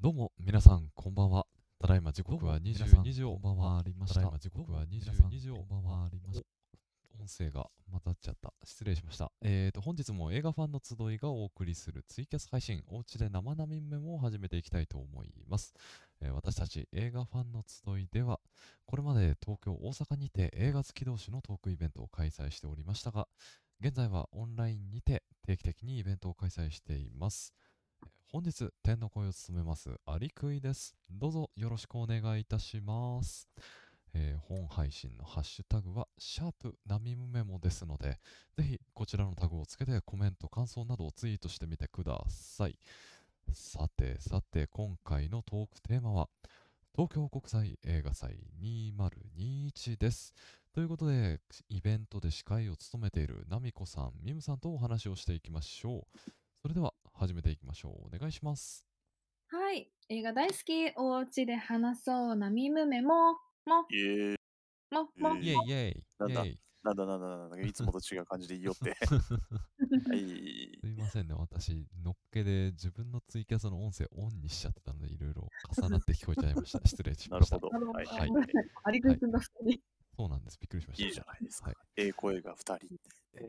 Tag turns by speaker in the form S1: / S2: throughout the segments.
S1: どうも皆さんこんばんは。ただいま時刻は
S2: 皆さん
S1: 22時を
S2: こんばんはありました
S1: ただいま時刻は
S2: どうも皆さん
S1: 22時をこんばんはありました。音声が混ざっちゃった。失礼しました。えーと、本日も映画ファンの集いがお送りするツイキャス配信、おうちで生並みメモを始めていきたいと思います。えー私たち映画ファンの集いでは、これまで東京、大阪にて映画好き同士のトークイベントを開催しておりましたが、現在はオンラインにて定期的にイベントを開催しています。本日天の声を務めますアリクイですどうぞよろしくお願いいたします、えー本配信のハッシュタグはシャープナミムメモですのでぜひこちらのタグをつけてコメント感想などをツイートしてみてくださいさてさて今回のトークテーマは東京国際映画祭2021ですということでイベントで司会を務めているナミコさんミムさんとお話をしていきましょうそれでは始めていきましょう。お願いします。
S3: はい。映画大好き、おうちで話そう、なみむめも、も、
S2: いえ
S3: も、も、
S1: イェイイェイ
S2: な
S1: イ
S2: んだ
S1: ェイ。
S2: なんだなんだなんだ、いつもと違う感じで言いよって。はい
S1: す。いませんね、私、のっけで自分のツイキャスの音声オンにしちゃってたので、いろいろ重なって聞こえちゃいま した。失礼し
S2: な
S1: ま
S2: る
S1: した
S2: ほ。ど。
S3: あの
S2: はい。
S1: はい
S3: ごめんなさいアリくんが2人。
S1: そうなんです。びっくりしました。
S2: いいじゃないですか
S1: はい
S2: ええ声が二人。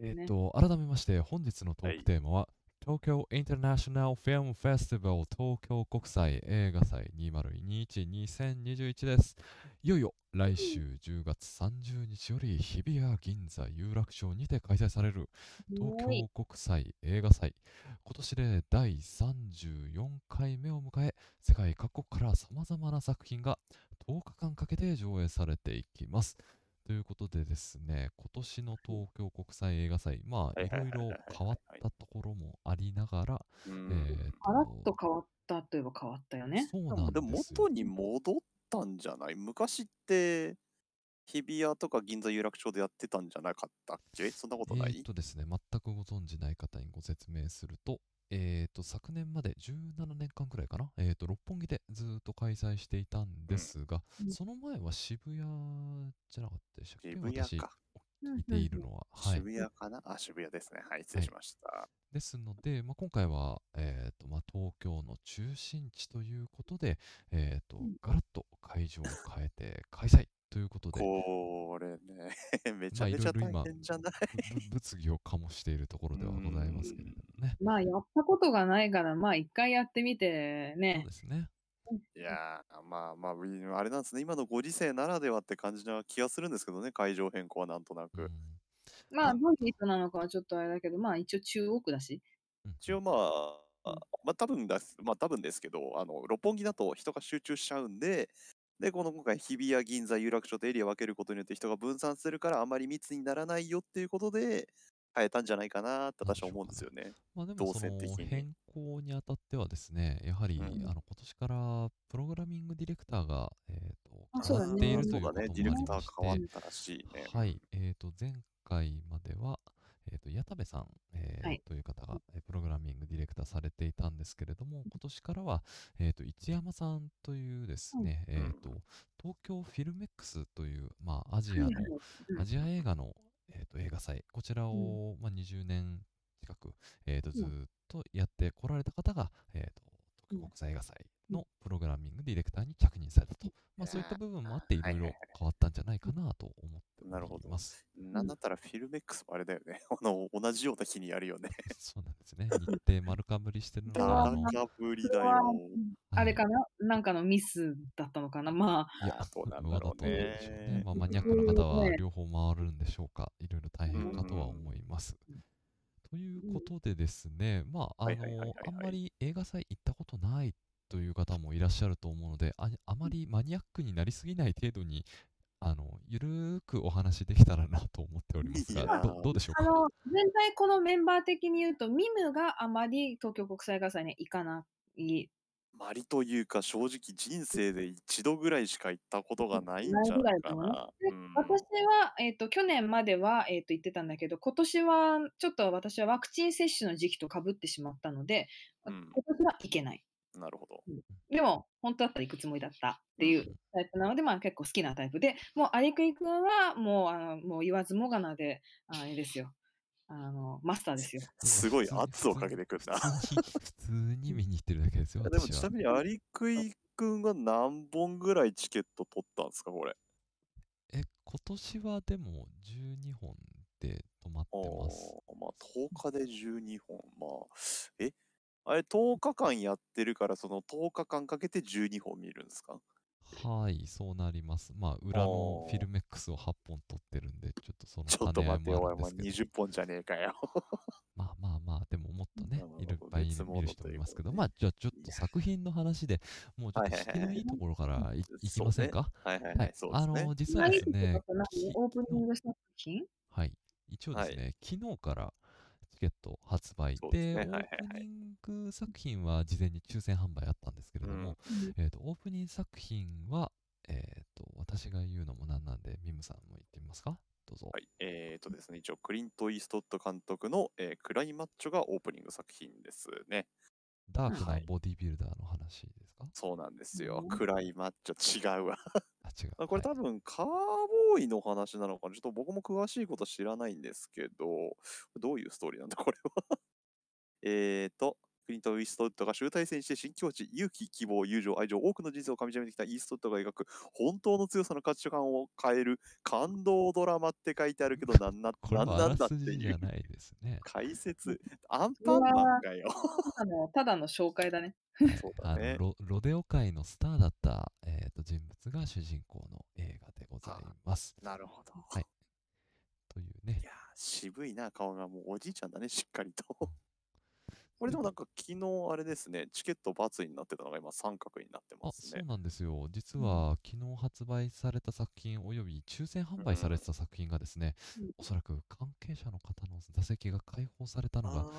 S1: えっと、改めまして、本日のトークテーマは、東京インターナショナルフィルムフェスティバル東京国際映画祭2021-2021です。いよいよ来週10月30日より日比谷銀座有楽町にて開催される東
S3: おい
S1: 京国際映画祭今年で第34回目を迎え世界各国からさまざまな作品が10日間かけて上映されていきますということでですね今年の東京国際映画祭まあ
S2: はい
S1: い
S2: はい
S1: ろ
S2: はいいはい
S1: ろ変わったところもありながら
S2: う
S1: え
S2: ん
S1: ー
S3: ガラッと変わったといえば変わったよね。
S1: そうなん
S2: でも
S1: ですよ
S2: 元に戻ったんじゃない昔って日比谷とか銀座有楽町でやってたんじゃなかったっけそんなことな
S1: えーっ
S2: い
S1: とですね、全くご存じない方にご説明すると、えーっと、昨年まで17年間くらいかな、えーっと、六本木でずーっと開催していたんですが、
S3: うん
S1: その前は渋谷じゃなかったでしたっけ
S2: 渋谷か。
S1: 私、いているのは。はい
S2: 渋。谷かなあ、渋谷ですね。はい、失礼しました。
S1: ですので、まあ、今回は、えーっとまあ、東京の中心地ということで、えーっと
S3: うん
S1: ガラッと会場を変えて開催ということで、
S2: これね、 めち
S1: まあ
S2: ゃ
S1: い
S2: め
S1: ろ
S2: ちゃ
S1: いろ
S2: 大
S1: 今
S2: 変じゃない
S1: ぶぶ物議を醸しているところではございますけれどもね。
S3: まあ、やったことがないから、まあ、一回やってみて
S1: そう
S3: ね
S1: で。すね。
S2: いやーまあまあ、みあれなんですね、今のご時世ならではって感じな気がするんですけどね、会場変更はなんとな
S1: う
S2: く。
S1: ん
S3: まあ、どういう人なのかはちょっとあれだけど、まあ、一応中央区だし。
S1: うん
S2: 一応まあ、まあ多分です、まあ多分ですけど、あの、六本木だと人が集中しちゃうんで、で、この今回日比谷、銀座、有楽町とエリア分けることによって人が分散するからあまり密にならないよっていうことで、変えたんじゃないかなって私は思うんですよね。
S1: まあでも
S2: 動
S1: そ
S2: 線的
S1: の
S2: に
S1: 変更にあたってはですね、やはり、
S2: うん
S1: あの今年からプログラミングディレクターが、えー、
S3: あ
S1: と
S3: そう
S1: 変
S3: だ
S1: わ
S3: ね
S1: っているといううこともあり
S2: そだね、ディレクタ
S1: ま
S2: ー
S1: し、
S2: 変わってたらしいね。
S1: はい、えー、と前回までは、えー、と矢田部さん、えー
S3: はい
S1: という方がえープログラミングディレクターされていたんですけれども、今年からは、えー、と一山さんというですね、えー、と東京フィルメックスという、まあ、アジアの
S3: はいはいうん
S1: アジア映画の、えー、と映画祭、こちらを、まあ、20年近く、えー、と
S3: ん
S1: ずーっとやってこられた方が、えー、と
S3: う
S1: 東京
S3: ん
S1: 国際映画祭のプログラミングディレクターに着任されたと、まあ、そういった部分もあっていろいろ
S2: はいはいは
S1: 変
S2: い
S1: わったんじゃないかなと思って
S2: なるほ
S1: お
S2: ど
S1: ります。
S2: なんだったらフィルメックスもあれだよね。 あの、同じような日にやるよね。
S1: そうなんですね。日程丸かぶりしてるの
S3: う
S2: だ
S1: は
S3: わ
S1: あの
S2: らぶり
S3: それ
S2: だ
S3: は
S2: よ。
S3: あ
S1: は
S3: れ
S1: い
S3: かななんかのミスだったのかなまあ、
S1: いや、
S2: どうなん
S1: わざ
S2: だろ
S1: と
S2: う
S1: なん
S2: ね
S1: でしょうね。まあ、マニアックな方は両方回るんでしょうか。いろいろ大変かとは思います。ということでですね、まあ、あ
S2: はいはいはいはいは
S1: の
S2: い、
S1: あんまり映画祭行ったことないという方もいらっしゃると思うので、ああまりマニアックになりすぎない程度に、あの、ゆるーくお話できたらなと思っております
S2: い
S1: が、
S2: や
S1: どどうでしょうか。
S3: あの、全体このメンバー的に言うと、ミムがあまり東京国際映画祭には行かない
S2: まりというか、正直人生で一度ぐらいしか行ったことがないんじゃないかな。うん
S3: 私は、えっと去年までは、えっと言ってたんだけど今年はちょっと私はワクチン接種の時期とかぶってしまったので、
S2: うん
S3: 今年は行けない
S2: なるほど。
S3: でも本当だったら行くつもりだったっていうタイプなので、まあ、結構好きなタイプでもうアリクイ君はもうあのもう言わずもがなであれですよあのマスターですよ。
S2: すごい圧をかけてくるな。
S1: 普通に普通に見に行ってるだけですよ。
S2: でも
S1: 私は
S2: ちなみにアリクイ君が何本ぐらいチケット取ったんですかこれ。
S1: え、今年はでも12本で止まって
S2: お
S1: ます。
S2: ーまあ10日で12本。まあ、えあれ10日間やってるからその10日間かけて12本見るんですか
S1: はい、そうなります。まあ、裏の
S2: おー
S1: フィルメックスを8本取ってるんで、ちょっとその
S2: ちょっと
S1: 兼ね合い
S2: 待ってよ、
S1: もあ
S2: お
S1: る
S2: い
S1: ん
S2: お前
S1: ですけ
S2: 20
S1: ど。
S2: 本じゃねえかよ。
S1: まあまあまあ、でももっとね
S2: なる、ほど
S1: いるいっぱい
S2: 別
S1: 見
S2: 物
S1: る人もいますけど、
S2: ということで
S1: まあ、じゃあちょっと作品の話でもうちょっと
S2: はい
S1: 質
S2: はいはい
S1: のいいところからいいき
S2: そう
S1: ません
S2: ね
S1: か
S2: はいはい
S1: は
S2: はいい、そうで
S1: あ
S2: すね
S1: の、。実はです
S3: 投げ
S1: ね
S3: るとかって何、オープニング作品
S1: はい。一応です
S2: はい
S1: ね、昨日からチケット発売
S2: そう
S1: で、
S2: ですね
S1: オ
S2: はい
S1: ー
S2: はい
S1: プ
S2: はい
S1: ニング作品は事前に抽選販売あったんですけれども、
S3: うん
S1: えーとオープニング作品は、えー、と私が言うのもなんなんで、ミムさんも言ってみますかどうぞ。
S2: はい、えーとですね、一応クリント・イーストウッド監督の、えークライマッチョがオープニング作品ですね。
S1: ダーク
S2: は
S1: ないボディビルダーの話ですか、
S2: そうなんですよ
S3: う。ん
S2: クライマッチョ違うわ。
S1: あ、違う。
S2: あこれ
S1: は
S2: 多
S1: い
S2: 分カーボーイの話なのかなちょっと僕も詳しいこと知らないんですけど、どういうストーリーなんだこれは。 えーと、クリント・イーストウッドが集大成にして新境地、勇気、希望、友情、愛情、多くの人生をかみしめてきたイーストウッドが描く本当の強さの価値観を変える感動ドラマって書いてあるけど、なん な
S1: これ
S2: なん
S1: はあ
S2: なん
S1: ら
S2: だっ
S1: す
S2: て
S1: じ
S2: い
S1: じゃ
S2: う。
S1: ないですね。
S2: 解説、アンパンマンかよ。
S3: ただのただの紹介だね。
S2: そう
S1: あ
S2: だ
S1: の
S2: ね。
S1: ロロデオ界のスターだった、えー、と人物が主人公の映画でございます。
S2: なるほど。
S1: はい。というね
S2: い。やー、渋いな、顔がもうおじいちゃんだね、 しっか りと。これでもなんか昨日あれですね、チケット×になってたのが今三角になって
S1: あ、
S2: ます
S1: そ
S2: ね
S1: う。なんですよ。実は、昨日発売された作品および抽選販売されてた作品がですね、
S3: うん
S1: おそらく関係者の方の座席が解放されたのが、か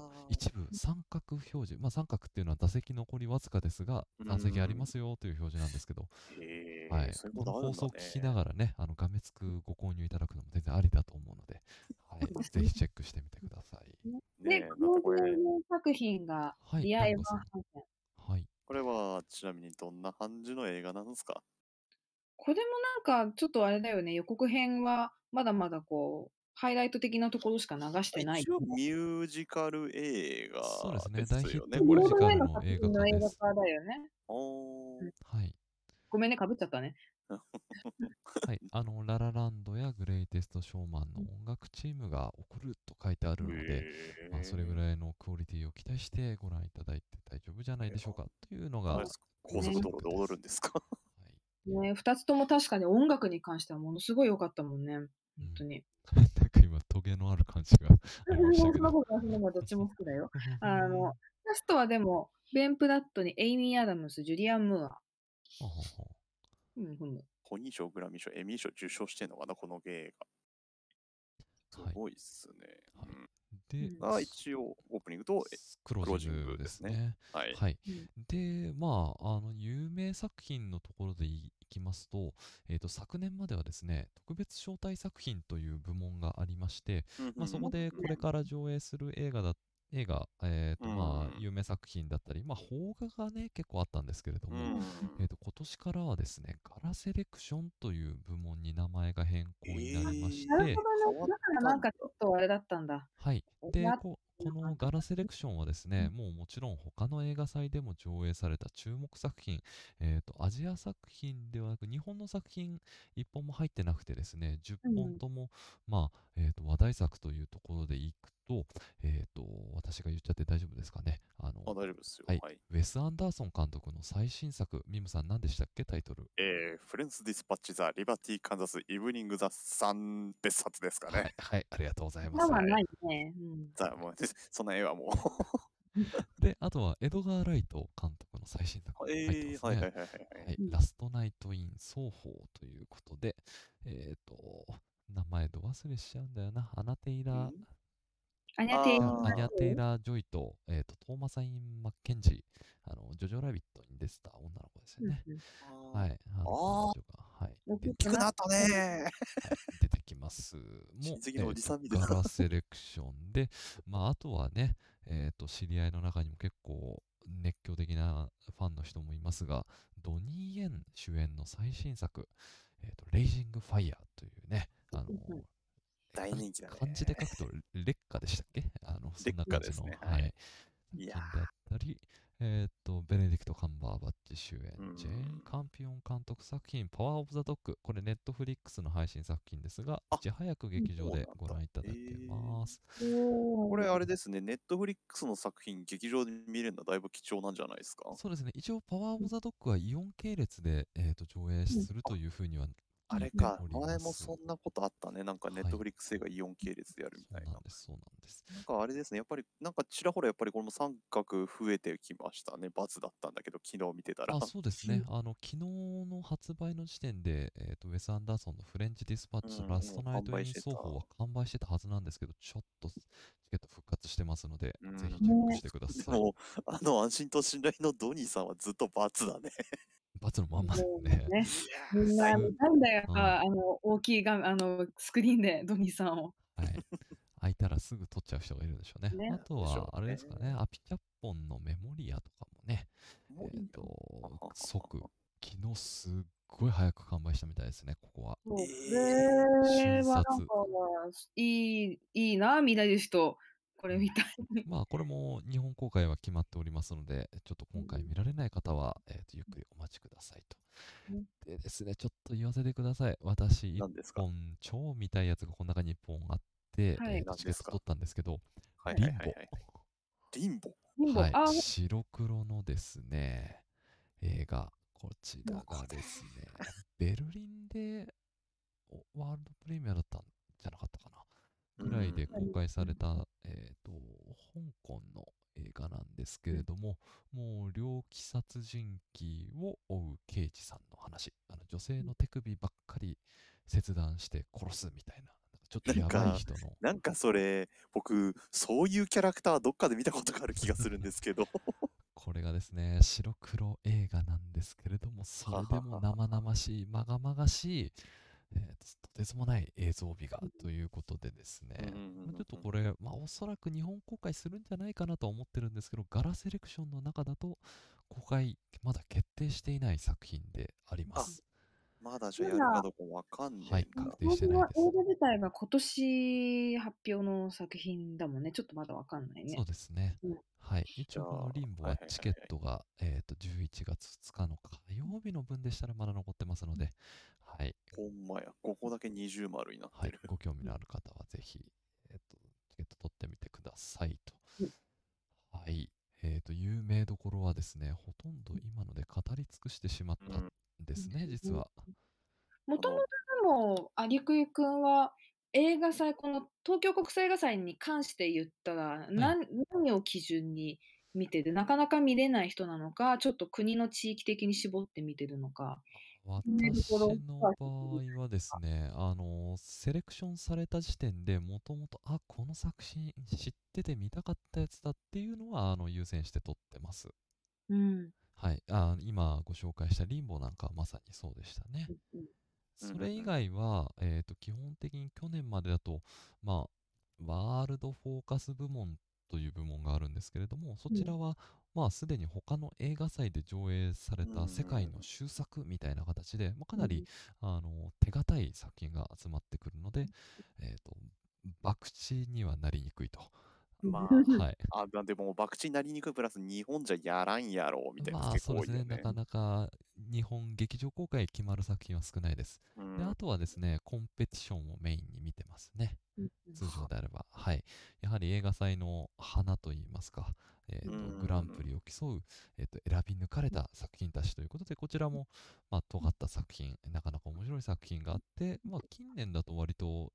S2: あー
S1: 一部三角表示、まあ三角っていうのは座席残りわずかですが、座席ありますよという表示なんですけど、
S2: へー
S1: はい、
S2: そういう
S1: こ
S2: こ
S1: の
S2: とある
S1: 放送
S2: んだ
S1: を
S2: ね
S1: 聞きながらね、あの画面つくご購入いただくのも全然ありだと思うので、 はい、ぜひチェックしてみてください。
S2: ねえ
S3: で、
S2: だっ
S3: こ
S2: て
S3: の
S2: これ
S3: 作品が
S1: はい、
S3: リアエヴァ
S1: 南
S3: ー
S1: 光
S3: ハンセン。
S1: さんはい、
S2: これはちなみにどんな感じの映画なんですか
S3: これもなんかちょっとあれだよね、予告編はまだまだこう、ハイライト的なところしか流してない。
S2: 一応ミュージカル映画
S1: そうですね
S2: です
S1: 大ヒッ
S2: よ
S1: ト
S2: ね。
S1: ミ
S2: こ
S1: ュ
S2: れ
S1: ージカル
S3: 前の作
S1: 映
S3: 品
S1: 画
S3: の
S1: 化
S3: 映
S1: です
S3: 画化だよね。
S2: おー
S1: はい、
S3: ごめんね、かぶっちゃったね。
S1: はい、あの、ララランドやグレイテストショーマンの音楽チームが起こると書いてあるので、まあ、それぐ
S2: い
S1: らいのクオリティを期待してご覧いただいて大丈夫じゃないでしょうかというの
S2: あ
S1: が
S2: れで、すか高速道路で踊るんですか
S1: はい
S3: ね二つとも確かに音楽に関してはものすごい良かったもんね。本当に。
S1: なんか今、トゲのある感じがありましたけ
S3: そんな
S1: ど。
S3: ことはそんなことはどっちも好きだ よ。あの、ラストはでも、ベン・プラットにエイミー・アダムス、ジュリアン・ムーア。
S1: ほうほうほう
S3: うん、ふむ。
S2: 本人賞、グラミー賞、エミー賞受賞してんのかな、この芸が。す
S1: はい
S2: ごいっすね。
S1: はい
S2: うん
S1: で、
S3: うん
S2: まあ一応、オープニングと、え
S1: クロージングですね。
S2: はい。
S1: はい。
S3: うん
S1: で、まあ、あの、有名作品のところでいいきますと、えっと、昨年まではですね、特別招待作品という部門がありまして、まあ、そこでこれから上映する映画だ映画、えーと
S2: うん
S1: まあ、有名作品だったり、まあ、邦画がね、結構あったんですけれど
S2: う
S1: も、
S2: ん、
S1: えー、と今年からはですね、ガラセレクションという部門に名前が変更になりまして、
S2: え
S3: な
S2: ー
S3: るほどね。
S2: 変わっ
S3: だからなんかちょっとあれだったんだ。
S1: はい。で
S3: な、
S1: ここのガラセレクションはですね、もうもちろん他の映画祭でも上映された注目作品、えー、とアジア作品ではなく、日本の作品1本も入ってなくてですね、10
S3: う
S1: 本
S3: ん
S1: とも、まあえー、と話題作というところでいくと、えー、と私が言っちゃって大丈夫ですかね。あの
S2: あ大丈夫ですよ。
S1: は
S2: はいい。
S1: ウェス・アンダーソン監督の最新作、ミムさん何でしたっけタイトル。
S2: えーフレンス・ディスパッチ・ザ・リバティ・カンザス・イブニング・ザ・サン別冊ですかね。
S1: はい、はい、ありがとうございま
S3: まあ
S1: す
S3: ま。あないね。うん
S2: さあもうですその絵はも
S1: で、あとはエドガー・ライト監督の最新作
S2: う。
S1: が入って
S2: えー、
S1: ま
S2: は
S1: す
S2: いはい
S1: ね
S2: はい。はい
S1: は
S2: はい。
S1: い、
S3: うん
S1: ラストナイトイン双方ということで、えっ、と、名前ど忘れしちゃうんだよな。アナテイラー
S2: ん、
S3: アニャテイ
S2: あー
S1: アニャテイラー・ジョイと、えっ、と、トーマサイン・マッケンジー、あの、ジョジョ・ラビットに出てた女の子ですよね。は
S2: はい。
S1: い。あの彼
S2: あー
S1: 女が、はい。
S3: 大
S1: 出
S3: き
S1: て
S2: 大きくなったね
S1: はい出てきます。も
S2: 親戚のおじさんみたい
S1: えー
S2: な
S1: とガラセレクションで、まあ、あとはね、えっ、と、知り合いの中にも結構熱狂的なファンの人もいますが、ドニー・イエン主演の最新作、えっ、と、レイジング・ファイヤーというね、あの
S3: うんうん、
S2: 大人気だね。
S1: 漢字で書くと、劣化でしたっけあの、そんな感じの。
S2: 劣化ですね
S1: は
S2: はいい。いやー
S1: 作品だったり、えーっと、ベネディクト・カンバーバッチ主演
S2: う、ん
S1: ジェーン・カンピオン監督作品、パワー・オブ・ザ・ドッグ。これ、ネットフリックスの配信作品ですが、
S2: あ
S1: いち早く劇場でご覧いただけます。
S3: こ
S2: これあれですね、ネットフリックスの作品、劇場で見れるのはだいぶ貴重なんじゃないですか。
S1: そうですね、一応、パワー・オブ・ザ・ドッグはイオン系列で、えーっと上映するというふうには
S2: あれ
S1: 聞いて
S2: か
S1: おり、
S2: 前
S1: ま
S2: も
S1: す
S2: そんなことあったね。なんか
S1: はい
S2: ネットフリックス映画イオン系列でやるみたい
S1: そう
S2: な。
S1: なんです、そうなんです。
S2: なんかあれですね、やっぱりなんかちらほらやっぱりこの三角増えてきましたね。バツだったんだけど、昨日見てたら。
S1: あそうですね、あの昨日の発売の時点で、えーとウェス・アンダーソンのフレンチ・ディスパッチと
S2: うん
S1: ラスト・ナイ
S2: も
S1: ト・
S2: う
S1: イン
S2: 販売して
S1: 奏
S2: た
S1: 法は完売してたはずなんですけど、ちょっとチケット復活してますので、
S2: うん
S1: ぜひチェックしてくだ
S2: で
S1: さい。
S2: も、あの安心と信頼のドニーさんはずっとバツ だね。
S1: 罰のまんまです
S3: もう
S1: ね。
S3: ねみん
S1: す
S3: な、なんだよ、
S1: うん
S3: あの、大きい画面、あの、スクリーンでドニーさんを。
S1: はい。空いたらすぐ取っちゃう人がいるんでしょうね。
S3: ね
S1: あと
S2: でしょ
S1: は
S2: うね、
S1: あれですかね、アピキャッポンのメモリアとかもね、え
S2: もう
S1: っ、と
S2: ははは、
S1: 即、昨日すっごい早く完売したみたいですね、ここは。
S3: こ
S2: え
S3: れ
S1: 瞬
S3: はなん
S1: 殺
S3: か、いい、いいな、みんなで人。これみたいに。
S1: まあこれも日本公開は決まっておりますので、ちょっと今回見られない方は、えーとゆっくりお待ちくださいと
S3: うん。
S1: でですね、ちょっと言わせてください。私、一
S2: 何ですか
S1: 本超見たいやつがこの中に1本あって、
S3: はい
S1: えーと
S2: 何
S1: チケッ
S2: です
S1: ト
S2: か
S1: 取ったんですけど、
S2: はい
S1: リ
S2: は
S1: ン
S2: い
S1: ゴ
S2: はいはい。リンボ
S3: リンボ あ
S1: はい、、白黒のですね、映画、こちらがですね、ベルリンでおワールドプレミアだったんじゃなかったかな、ぐらいで
S2: うん
S3: うんうん
S1: 公開された、えっ、と、香港の映画なんですけれども、もう猟奇殺人鬼を追う刑事さんの話、あの女性の手首ばっかり切断して殺すみたいな、ちょっとやばい人の。
S2: なんかそれ、僕、そういうキャラクターどっかで見たことがある気がするんです けど。
S1: これがですね、白黒映画なんですけれども、それでも生々しい、まがまがしい、えーと、とてつもない映像美がということでですね、
S2: うんうんうん
S1: まあ
S2: うん
S1: ちょっとこれ、まあ、おそらく日本公開するんじゃないかなとは思ってるんですけど、ガラセレクションの中だと、公開、まだ決定していない作品であります。
S2: まだじゃあやるかどうかわかんない。
S1: はい、
S2: な
S1: 確
S3: 映
S1: 定してないです。
S3: 画自体が今年発表の作品だもんね。ちょっとまだわかんない
S1: そ
S3: ね
S1: う。ですね
S3: うん。
S1: はい。一応この
S2: じゃあ
S1: リンボ
S2: はい
S1: は
S2: はいはいはい
S1: チケットが、えっと、11月2日の火曜日の分でしたらまだ残ってますので、はい。
S2: ほんまや、ここだけ二重丸になっ
S1: は
S2: て
S1: い
S2: る。、
S1: ご興味のある方はぜひ、えっとチケット取ってみてくださいと。はい。えっ、と、有名どころはですね、ほとんど今ので語り尽くしてしまったんですね、
S3: うん
S1: 実は。
S3: もともとでも、有久井くんは、映画祭、この東京国際映画祭に関して言ったら、なん何を基準に見てて、なかなか見れない人なのか、ちょっと国の地域的に絞って見てるのか。有名ど
S1: 私
S3: ころ
S1: の場合はですね、あの、セレクションされた時点でもともと、あ、この作品知ってて見たかったやつだっていうのは、あの、優先して撮ってます。
S3: うん。
S1: はい。あ今ご紹介したリンボなんかはまさにそうでしたね。
S2: うん
S1: そ
S2: うん
S1: れ以外は、えー、と基本的に去年までだと、まあ、ワールドフォーカス部門という部門があるんですけれども、そちらは、まあ、すでに他の映画祭で上映され
S2: うんうんう
S1: た
S2: ん
S1: 世界の終作みたいな形で、まあ、かな
S3: うんう
S1: り
S3: ん、
S1: あの手堅い作品が集まってくるので、えー、と博打にはなりにくいと。
S2: ま
S1: はい、
S2: あ、あでも、博打になりにくいプラス、日本じゃやらんやろ、みたいな
S1: ま
S2: の
S1: あ
S2: 結
S1: そ
S2: 構
S1: うで
S2: 多い
S1: す
S2: よ
S1: ね、な
S2: ね。
S1: かなか日本劇場公開決まる作品は少ないです。
S2: うん
S1: であとはですね、コンペティションをメインに見てますね。
S3: うん
S1: 通常であれば、はい、やはり映画祭の花といいますか、えーと
S2: うん
S1: グランプリを競う、えーと選び抜かれた作品たちということで、こちらも、まあ、尖った作品、なかなか面白い作品があって、まあ、近年だと割と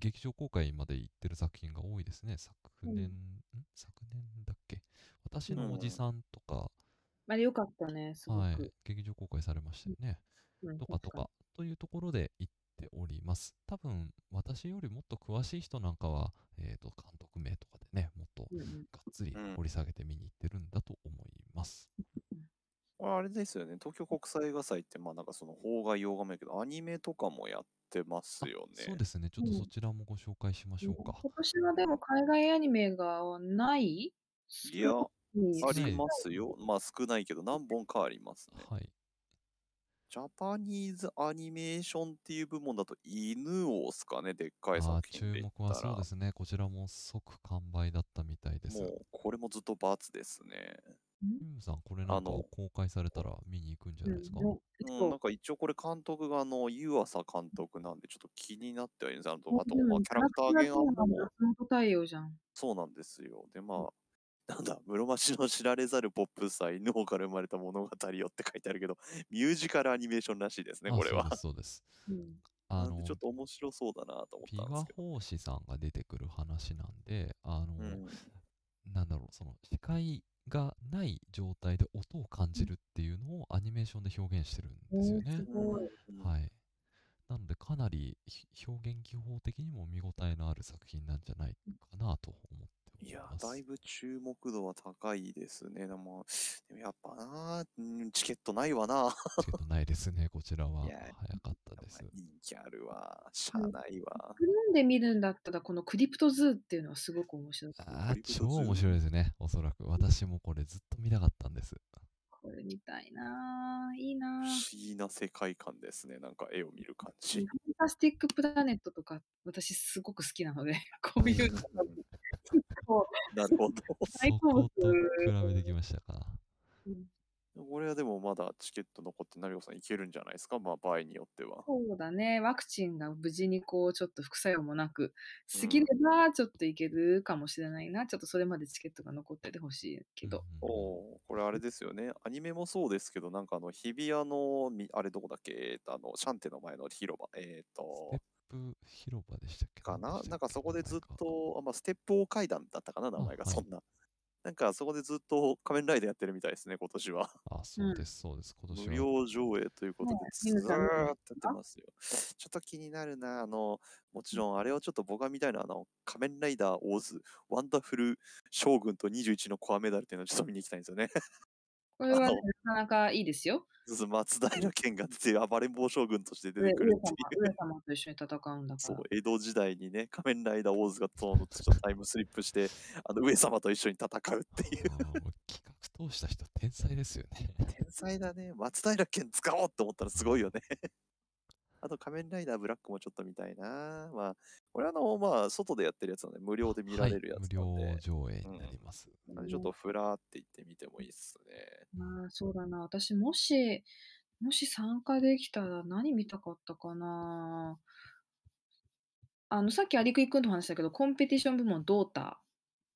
S1: 劇場公開まで行ってる作品が多いですね。昨
S3: うん
S1: 年、ん昨年だっけ私のおじさんとか、
S3: まあ、よかったね、すごく。
S1: はい、劇場公開されましたよね。
S3: うん
S1: とかと。かというところで言っております。多分私よりもっと詳しい人なんかは、えー、と監督名とかでね、もっと
S3: うんうん
S1: がっつり
S2: うん
S1: 掘り下げて見に行ってるんだと思います。
S2: これあれですよね、東京国際映画祭って、まあなんかその邦画、洋画もやけど、アニメとかもやってますよ
S1: あ
S2: ね。
S1: そうですね、ちょっと
S3: うん
S1: そちらもご紹介しましょうか。
S3: 今年はでも海外アニメがない
S2: いや、
S3: うん
S2: ありますよ。まあ少ないけど、何本かありますね。
S1: はい。
S2: ジャパニーズアニメーションっていう部門だと犬王っすかね、でっかい
S1: あ
S2: 作
S1: ー
S2: 品
S1: 注
S2: で言っ
S1: 目は
S2: たら
S1: そうですね。こちらも即完売だったみたいです。
S2: もうこれもずっとバツですね。
S1: キムさん、これなんか
S2: あの
S1: 公開されたら見に行くんじゃないですか、
S3: うん
S2: うん、なん
S3: そ
S2: か一応これ監督があの湯浅監督なんでちょっと気になってはいるんですあの
S3: う
S2: あとまあキャラクター原案
S3: も。
S2: も
S3: 松本太陽じゃん。
S2: そうなんですよでまあなんだ室町の知られざるポップスター犬王から生まれた物語よって書いてあるけどミュージカルアニメーションらしいですね
S1: あ
S2: これは
S1: そうです、
S3: う
S1: そうです。あ
S2: なん
S1: の
S2: で、ちょっと面白そうだなと思っ
S1: ピ
S2: たんで
S1: ガ
S2: すけど、
S1: 法師さんが出てくる話なんで、あの、
S2: うん、
S1: なんだろう、その視界がない状態で音を感じるっていうのをアニメーションで表現してるんですよ
S3: おー
S1: ね
S3: す。ごい。
S2: うん
S1: はい。なので、かなりひ表現技法的にも見応えのある作品なんじゃないかなと思ってお
S2: い
S1: り
S2: や
S1: ま、す。
S2: だいぶ注目度は高いですね。でも、でもやっぱな、うんチケットないわな。
S1: チケットないですね、こちらは。
S2: いや
S1: 早かったです。
S2: 人気あるわ。しゃあないわ。
S3: なんで見るんだったら、このクリプトズーっていうのはすごく面白い。
S1: ああ
S2: リ、プト
S1: 超面
S2: ズ
S1: 白いですね、おそらく。私もこれずっと見たかったんです。
S3: これ見たいなぁいいなぁ
S2: 不思議な世界観ですね。なんか絵を見る感
S3: フ
S2: じ。
S3: ァンタスティックプラネットとか、私すごく好きなので、 こういうのがこ
S2: なるほど。
S3: 最
S1: そ
S3: 高
S1: こと
S3: です
S1: 比べてきましたか。
S2: これはでもまだチケット残って、成尾さんいけるんじゃないですか。まあ場合によっては
S3: う。そうだね、ワクチンが無事にこう、ちょっと副作用もなく、過ぎればちょっといけるかもしれないな、ちょっとそれまでチケットが残っててほしいけど。
S1: うん
S2: おお、これあれですよね。アニメもそうですけど、なんかあの日比谷のみ、あれどこだっけ、えーとあのシャンテの前の広場。えっ、と。
S1: うんうん、ステップ広場でしたっけ
S2: かななんかそこでずっ。
S1: でし
S2: と、あまあ、ステップ王階段だったかな、名前が、
S1: はい
S2: そんな。なんかそこでずっと仮面ライダーやってるみたいですね、今年は。
S1: たっけ名前かあ、そうです、そうです。今
S2: 無
S1: 年は。
S2: 料上映ということで
S3: ね、
S2: ずーっとやってますよ。ちょっと気になるな、あの、もちろんあれはちょっと僕が見たいのは、あの、仮面ライダーオーズ、ワンダフル将軍と21のコアメダルっていうのをちょっと見に行きたいんですよね。
S3: これはね、
S2: あ
S3: な
S2: の
S3: かなかいいですよ。
S2: 松平健が出て暴れん坊将軍として出
S3: 上様
S2: てくるっていう。
S3: 上様と一緒に戦うんだ
S2: そ
S3: か
S2: う
S3: ら。、
S2: 江戸時代にね、仮面ライダーオーズがそのちょっとタイムスリップして、あの上様と一緒に戦うっていう。
S1: あーもう企画通した人、天才ですよね。
S2: 天才だね。松平健使おうって思ったらすごいよね。 あと、仮面ライダーブラックもちょっと見たいな。まあ、これあの、まあ、外でやってるやつなんで、無料で見られるやつな
S1: はい
S2: んで、
S1: 無料上映になります。
S2: なんでちょっとフラーって言ってみてもいいっすね。
S3: まあ、そうだな。私、もし、もし参加できたら何見たかったかな。あの、さっきアリクイ君とも話したけど、コンペティション部門、ドータ。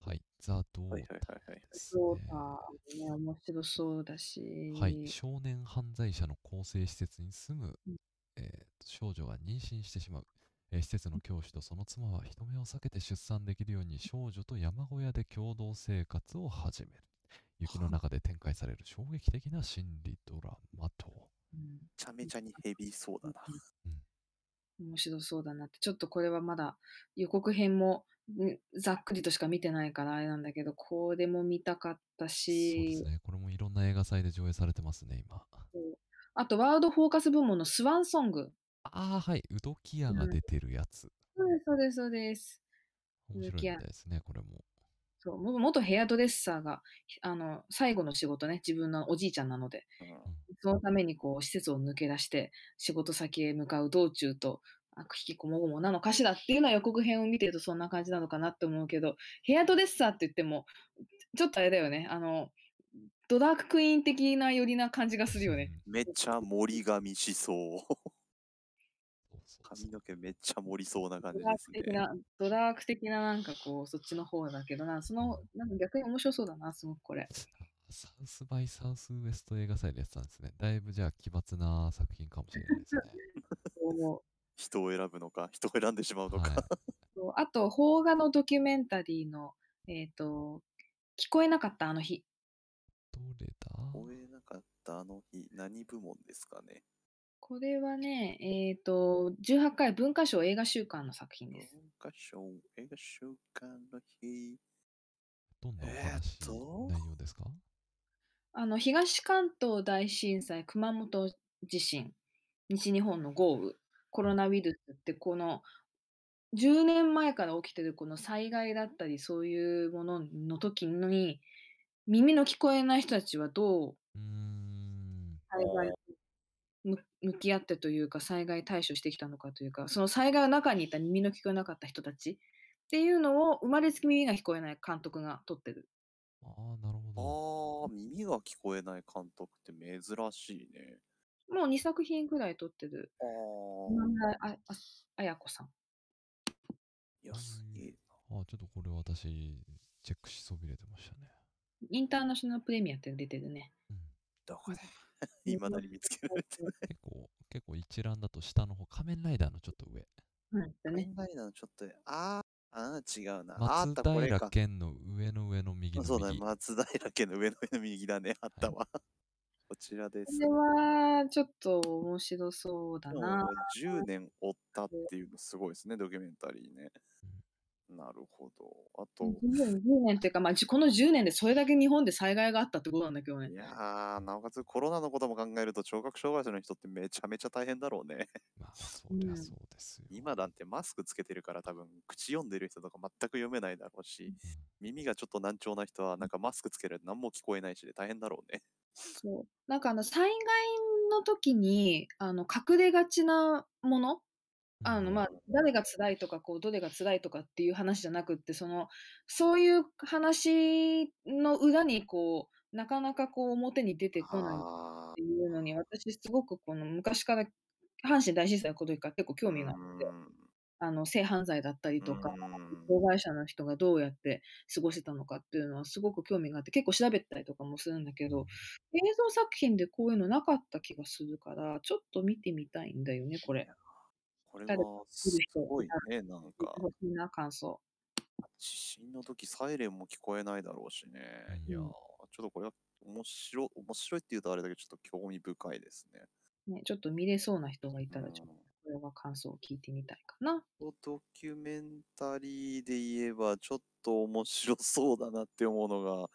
S1: はい、ザ・ド
S2: はい
S1: ー
S2: はいはいはい。
S1: です
S3: ドー
S1: ね
S3: タもね、面白そうだし。
S1: はい、少年犯罪者の更生施設に住む、
S3: うん
S1: えーと少女が妊娠してしまう、えー施設の教師とその妻は人目を避けて出産できるように少女と山小屋で共同生活を始める雪の中で展開される衝撃的な心理ドラマと
S3: うん
S2: めちゃめちゃにヘビーそうだな。
S3: 面白そうだなって。ちょっとこれはまだ予告編もんざっくりとしか見てないからあれなんだけど、これも見たかっ
S1: そ
S3: た
S1: うで
S3: し
S1: す、ねこれもいろんな映画祭で上映されてますね今
S3: あとワールドフォーカス部門のスワンソング。
S1: ああはいウドキアが出てるやつ、
S3: そうです、そうです、そうです。
S1: 面白いみたいですねこれ も
S3: そうも元ヘアドレッサーがあの最後の仕事ね自分のおじいちゃんなので
S2: うん
S3: そのためにこう施設を抜け出して仕事先へ向かう道中とあ引きこもごもなのかしらっていうのは予告編を見てるとそんな感じなのかなって思うけどヘアドレッサーって言ってもちょっとあれだよねあのドダーククイーン的なよりな感じがするよね。
S1: うん
S2: めっちゃ森髪しそう。
S1: そうそうそう
S2: 髪の毛めっちゃ盛りそうな感じ
S3: ド
S2: で
S3: ダー
S2: す
S3: ク的
S2: ね。
S3: な、ドダーク的ななんかこう、そっちの方だけどな、その、なんか逆に面白そうだな、すごくこれ。
S1: サウスバイサウスウエスト映画祭でやってたんですね。だいぶじゃあ奇抜な作品かもしれない ですね。
S3: そう思う
S2: 人を選ぶのか、人を選んでしまうのか。
S1: はい
S3: そうあと、邦画のドキュメンタリーの、えっ、と、聞こえなかったあの日。
S1: どれだ
S2: 終えなかったあの日、何部門ですかね。
S3: これはね、えっ、と、18回文化賞映画週間の作品
S2: 文
S3: です。
S2: 化賞、映画週間の日。
S1: どんなお
S2: えーっ
S1: 話、
S2: と
S1: 内容ですか
S3: あの、東関東大震災、熊本地震、西日本の豪雨、コロナウイルスって、この、10年前から起きてるこの災害だったり、そういうものの時に、耳の聞こえない人たちはどう
S1: うーん。
S3: 災害をむ向き合ってというか災害対処してきたのかというかその災害の中にいた耳の聞こえなかった人たちっていうのを生まれつき耳が聞こえない監督が撮ってる。
S1: ああ、なる
S2: あ
S1: ほ
S2: ー耳が聞こえない監督って珍しいね。
S3: もう2作品くらい撮ってる。
S2: あ
S3: 今
S2: ー
S3: 村あああや子さん。
S2: いやすげえ
S1: ど。あーちょっとこれ私、チェックしそびれてましたね。
S3: インターナショナルプレミアって出てるね。
S1: うん、
S2: だ からいまだに見つけられてない。
S1: 結構、結構一覧だと下の方、仮面ライダーのちょっと上。
S3: うん、だね。
S2: 問題なのちょっとあーあー違うな。ああっ
S1: 松
S2: たこれ
S1: 平
S2: か。
S1: 健の上の上の右の
S2: そうだね、
S1: 右。
S2: 松平家の上の上の右だね、あったわ。こちらです
S3: こ。れはちょっと面白そうだ
S2: でも
S3: な。
S2: 10年追ったっていうのすごいですね、ドキュメンタリーね。なるほど。あと、
S3: 10年 ,10 年っていうか、まあ、じこの10年でそれだけ日本で災害があったってことなんだけどね
S2: い。やー、なおかつコロナのことも考えると、聴覚障害者の人ってめちゃめちゃ大変だろうね。
S1: まあ、そりゃそうですよ。
S2: 今だってマスクつけてるから多分、口読んでる人とか全く読めないだろうし、耳がちょっと難聴な人はなんかマスクつけると何も聞こえないしで大変だろうね。
S3: そうなんかあの災害の時にあの隠れがちなものあのまあ、誰が辛いとかこうどれが辛いとかっていう話じゃなくってそのそういう話の裏にこうなかなかこう表に出てこない
S2: あ
S3: っていうのに私すごくこの昔から阪神大震災のことにから結構
S2: ー
S3: 興味があって
S2: うん
S3: あの性犯罪だったりとか
S2: うん
S3: 障害者の人がどうやって過ごしてたのかっていうのはすごく興味があって結構調べたりとかもするんだけど映像作品でこういうのなかった気がするからちょっと見てみたいんだよねこれ。
S2: これ
S3: 誰か
S2: はすごいね、なんか。
S3: 欲しいな感想。
S2: 地震の時サイレンも聞こえないだろうしね。
S1: うん
S2: いやー、ちょっとこれは面白面白いっていうとあれだけど、ちょっと興味深いですね。
S3: ね、ちょっと見れそうな人がいたら、ちょっと
S2: うん
S3: これは感想を聞いてみたいかな。
S2: ドキュメンタリーで言えば、ちょっと面白そうだなって思うのが、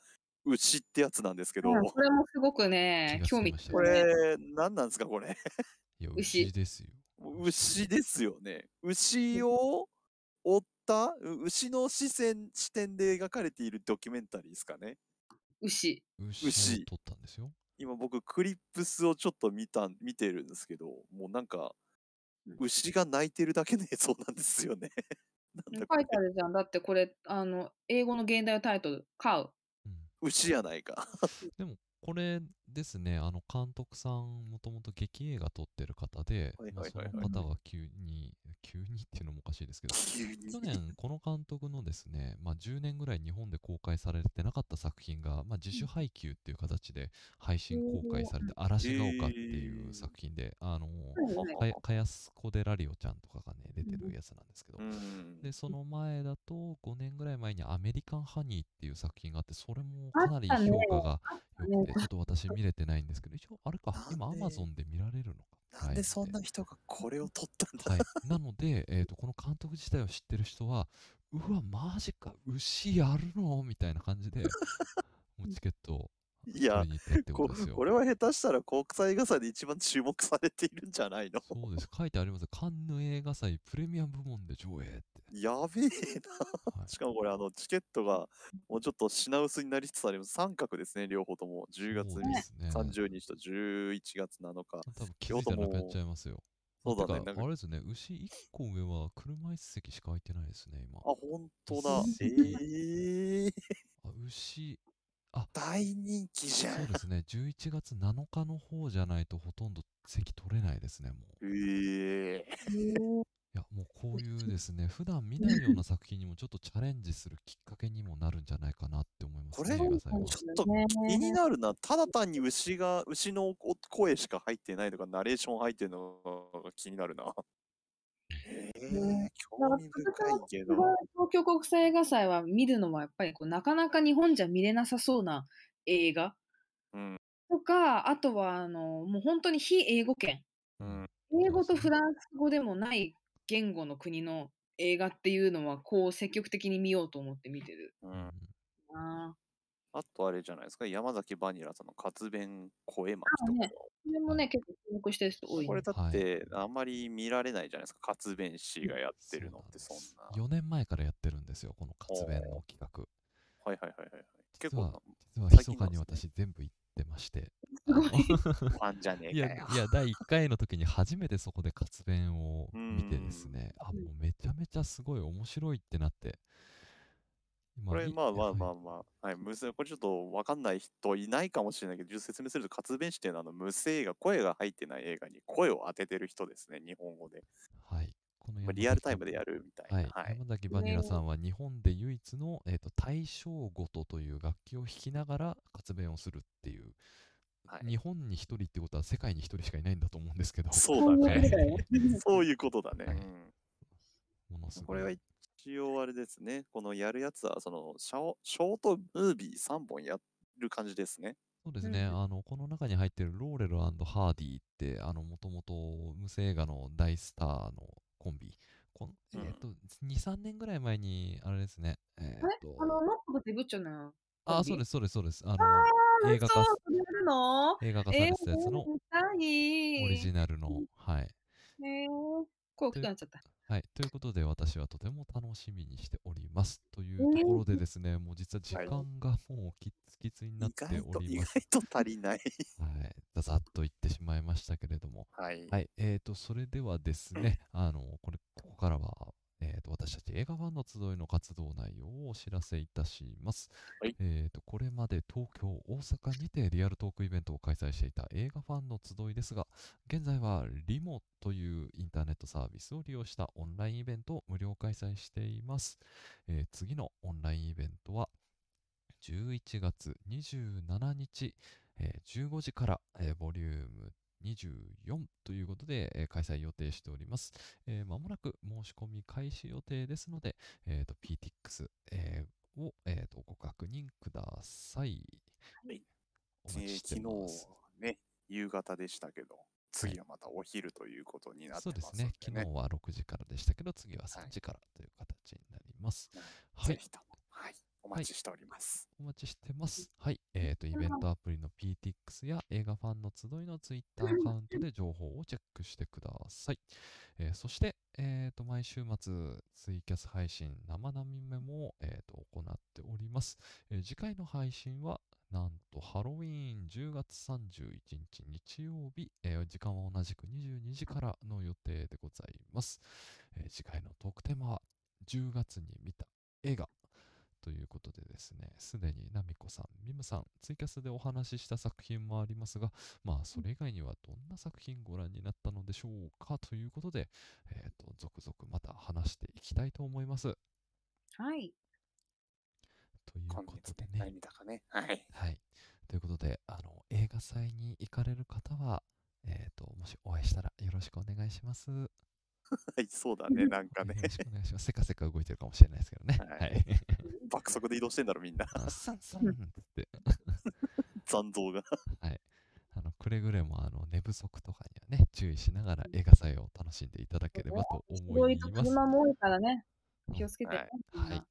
S2: 牛ってやつなんですけど、
S3: うんこれもすごくね、
S1: 気がつき
S3: 興味
S1: ました
S2: これ、何なんですか、これ。
S1: いや、
S3: 牛
S1: 牛ですよ。
S2: 牛ですよね。牛を追った、う牛の視線視点で描かれているドキュメンタリーですかね。
S3: 牛。
S1: 牛
S2: 牛
S1: を取ったんですよ。
S2: 今僕クリップスをちょっと見たん見てるんですけどもうなんか
S3: うん
S2: 牛が泣いてるだけの映像なんですよね。 な
S3: 書
S2: んだこれ
S3: いてあるじゃん。だってこれ、あの、英語の現代タイトル、カウ。
S1: うん
S2: 牛やない か。
S1: でも、これですね、あの監督さん、もともと劇映画撮ってる方で、
S2: はい
S1: まあ
S2: はい
S1: そ
S2: はい
S1: の
S2: はい
S1: 方が急に、急にっていうのもおかしいです けど、
S2: 急に
S1: 去年、この監督のですね、まあ、10年ぐらい日本で公開されてなかった作品が、まあ、自主配給っていう形で配信公開されて、嵐が丘ってい
S2: へ
S1: う
S2: ー
S1: 作品で、あのー
S3: はいはい
S1: かやかやすこでラリオちゃんとかがね、出て
S3: うん
S1: るやつなんですけど
S2: う、ん
S1: で、その前だと、5年ぐらい前にアメリカンハニーっていう作品があって、それも
S3: あ
S1: か
S3: っ
S1: なり
S3: たね
S1: 評価が
S3: たね
S1: 良くて、ちょっと私見れてないんですけど、一応、あれか
S2: な、ん
S1: 今
S2: で
S1: Amazon で見られるのか。
S2: なんでそん
S1: は
S2: な
S1: い
S2: 人がこれを撮ったんだ、
S1: はい、なので、えーと、この監督自体を知ってる人は、うわ、マジか、牛やるのみたいな感じで、もうチケットを
S2: い、
S1: 取
S2: や
S1: りに行ったってこ
S2: こと
S1: ですよ。
S2: これは 下手したら国際映画祭で一番注目されているんじゃないの
S1: そうです、書いてあります。カンヌ映画祭プレミアム部門で上映って。
S2: やべえ
S1: は
S2: な。
S1: い
S2: しかもこれあのチケットがもうちょっと品薄になりつつあります。三角ですね、両方とも。10月
S1: そうですね
S2: 30日と11月7日。
S1: 多分気づいたらなくなっちゃいますよ。
S2: そうだ
S1: て
S2: ね。
S1: か
S2: なんか
S1: あれですね、牛1個上は車椅子席しか空いてないですね、今。
S2: あ、本当だ。
S1: す
S2: え
S1: ご
S2: ー、
S1: あ牛、
S2: 大人気じ
S1: そ
S2: ゃん。
S1: うですね、11月7日の方じゃないとほとんど席取れないですね、もう。
S2: ええ
S1: いや、もうこういうですね、普段見ないような作品にもちょっとチャレンジするきっかけにもなるんじゃないかなって思いますね、
S2: これ
S1: 映画祭は
S3: そう
S2: ちょっ
S3: そ
S2: と
S3: うね
S2: 気になるな。ただ単に牛が、牛のお声しか入ってないとか、ナレーション入ってるのが気になるな。ええ
S3: ね
S2: 興味深いけど。
S3: 東京国際映画祭は見るのはやっぱりこうなかなか日本じゃ見れなさそうな映画
S2: うん。
S3: とか、あとはあのもう本当に非英語圏。
S2: うん。
S3: 英語とフランス語でもない言語の国の映画っていうのはこう積極的に見ようと思って見てる
S2: う
S1: うん
S2: ん。
S3: な。
S2: あとあれじゃないですか。山崎バニラさんの活弁声巻
S3: あ
S2: き
S3: ね
S2: とか。
S3: これもね、結構注目してる人多い、ね。
S2: これだ
S1: はい
S2: ってあんまり見られないじゃないですか、活弁士がやってるのってそんな。はい
S1: 4年前からやってるんですよ、この活弁の企画。
S2: はいはいはいはい。結
S1: 実
S2: 構
S1: は
S2: な、
S1: 実は
S2: 最
S1: 密
S2: 近
S1: か
S2: なん
S1: に
S2: です
S1: 私
S2: ね
S1: 全部行ってまして、
S3: すごい。
S2: ファンじゃね
S1: い
S2: え
S1: や
S2: か
S1: い
S2: よ。
S1: や第1回の時に初めてそこで活弁を見てですね、あ
S3: うん
S1: もうめちゃめちゃすごい面白いってなって。
S2: これまあまあまあ
S1: あ。
S2: まあ、はい、無声、これちょっとわかんない人いないかもしれないけど、ちょっと説明すると、活弁士っていうのはあの無声が声が入ってない映画に声を当ててる人ですね、日本語で。
S1: はい。この山
S2: まあリアルタイム
S1: 崎
S2: でやるみた
S1: はいい
S2: な。、はい。
S1: 山崎バニラさんは日本で唯一の、えー、と大正ごとという楽器を弾きながら活弁をするっていう、
S2: はい
S1: 日本に一人ってことは世界に一人しかいないんだと思うんですけど、
S2: そうだ
S1: 本物
S2: ね。
S1: だよ
S2: そういうことだね。
S1: はい
S2: うん
S1: ものすごい。
S2: これは一応あれですね、このやるやつは、そのショショートムービー3本やる感じですね。
S1: そうですね、
S3: うん
S1: あの、この中に入ってるローレルハーディって、あの、もともと無声映画の大スターのコンビ。こんえ
S2: うん
S1: っ、と、2、3年ぐらい前に、あれですね、えっ、と、
S3: あの、ノックとデブッチョの。。
S1: あ、そうですす、そうです、そうです。あの、
S3: あー
S1: 映画
S3: そ
S1: 化
S3: う
S1: す、、
S3: それやるの
S1: 映画化さ
S3: え
S1: れ
S3: ー、
S1: てたやつの
S3: 見たい。
S1: オリジナルの、はい。
S3: えー、こう大きくなっちゃった。
S1: はい。ということで、私はとても楽しみにしております。というところでですね、もう実は時
S2: はい
S1: 間がもうきつきつになっ
S2: 意
S1: て
S2: 外
S1: お
S2: と、
S1: り
S2: 意
S1: ます。
S2: 外と足りない。
S1: はい。ざざっと言ってしまいましたけれども、
S2: はい。
S1: はい、えー、と、それではです ね、あの、これ、ここからは、えー、と、私たち映画ファンの集いの活動内容をお知らせいたします。
S2: はい
S1: えー、と、これまで東京、大阪にてリアルトークイベントを開催していた映画ファンの集いですが、現在はリモというインターネットサービスを利用したオンラインイベントを無料開催しています。えー次のオンラインイベントは、11月27日、えー15時から、えーボリューム24ということで、えー開催予定しております。えーまもなく申し込み開始予定ですので、えーと PTX、えーを、えーとご確認ください。
S2: はい
S1: お待
S2: えー
S1: ちして
S2: 昨日
S1: ます。
S2: ね、夕方でしたけど、次はまたお昼ということになって
S1: そう
S2: ます
S1: で
S2: の
S1: す
S2: で、
S1: ね。昨日は6時からでしたけど、次は3
S2: はい
S1: 時からという形になります。は
S2: ぜ
S1: い。
S2: ひとも、はい、お待ちしております。
S1: お待ちしてます。はい。えっ、と、イベントアプリの PTX や映画ファンの集いの Twitter アカウントで情報をチェックしてください。えーそして、えっ、と、毎週末、ツイキャス配信、生並みメモを、えーと行っております、えー次回の配信は、なんと、ハロウィーン10月31日日曜日、えー時間は同じく22時からの予定でございます。えー次回のトークテーマは、10月に見た映画ということでですね、すでにナミコさん、ミムさん、ツイキャスでお話しした作品もありますが、まあ、それ以外にはどんな作品ご覧になったのでしょうかということで、えっ、と、続々また話していきたいと思います。
S3: はい。
S1: という
S2: 今
S1: こと
S2: 月
S1: で
S2: で
S1: ね
S2: 何。見たかね。はい。
S1: はい。ということで、あの、映画祭に行かれる方は、えっ、と、もしお会いしたらよろしくお願いします。よ
S2: はい、そうだね、なん かね
S1: ろ。しくお願いします。せかせか動いてるかもしれないですけどね。は
S2: はい
S1: い。
S2: 爆速で移動してんだろ、みんな。
S1: あさんさんって。
S2: 残像が。
S1: はい。あの、くれぐれも、あの、寝不足とかにはね、注意しながら映画祭を楽しんでいただければと
S3: いろ
S1: 思
S3: い
S1: い
S3: ろ
S1: ます。
S3: 車も多いからね。気をつけて。
S2: はい
S1: はい。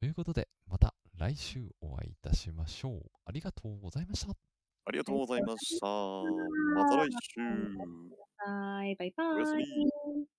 S1: ということで、また来週お会いいたしましょう。ありがとうございました。
S2: ありがとうございまし
S3: りが
S2: た。
S3: とうございました
S2: また来週。
S3: はい、バイバ
S2: おやすみ
S3: イ。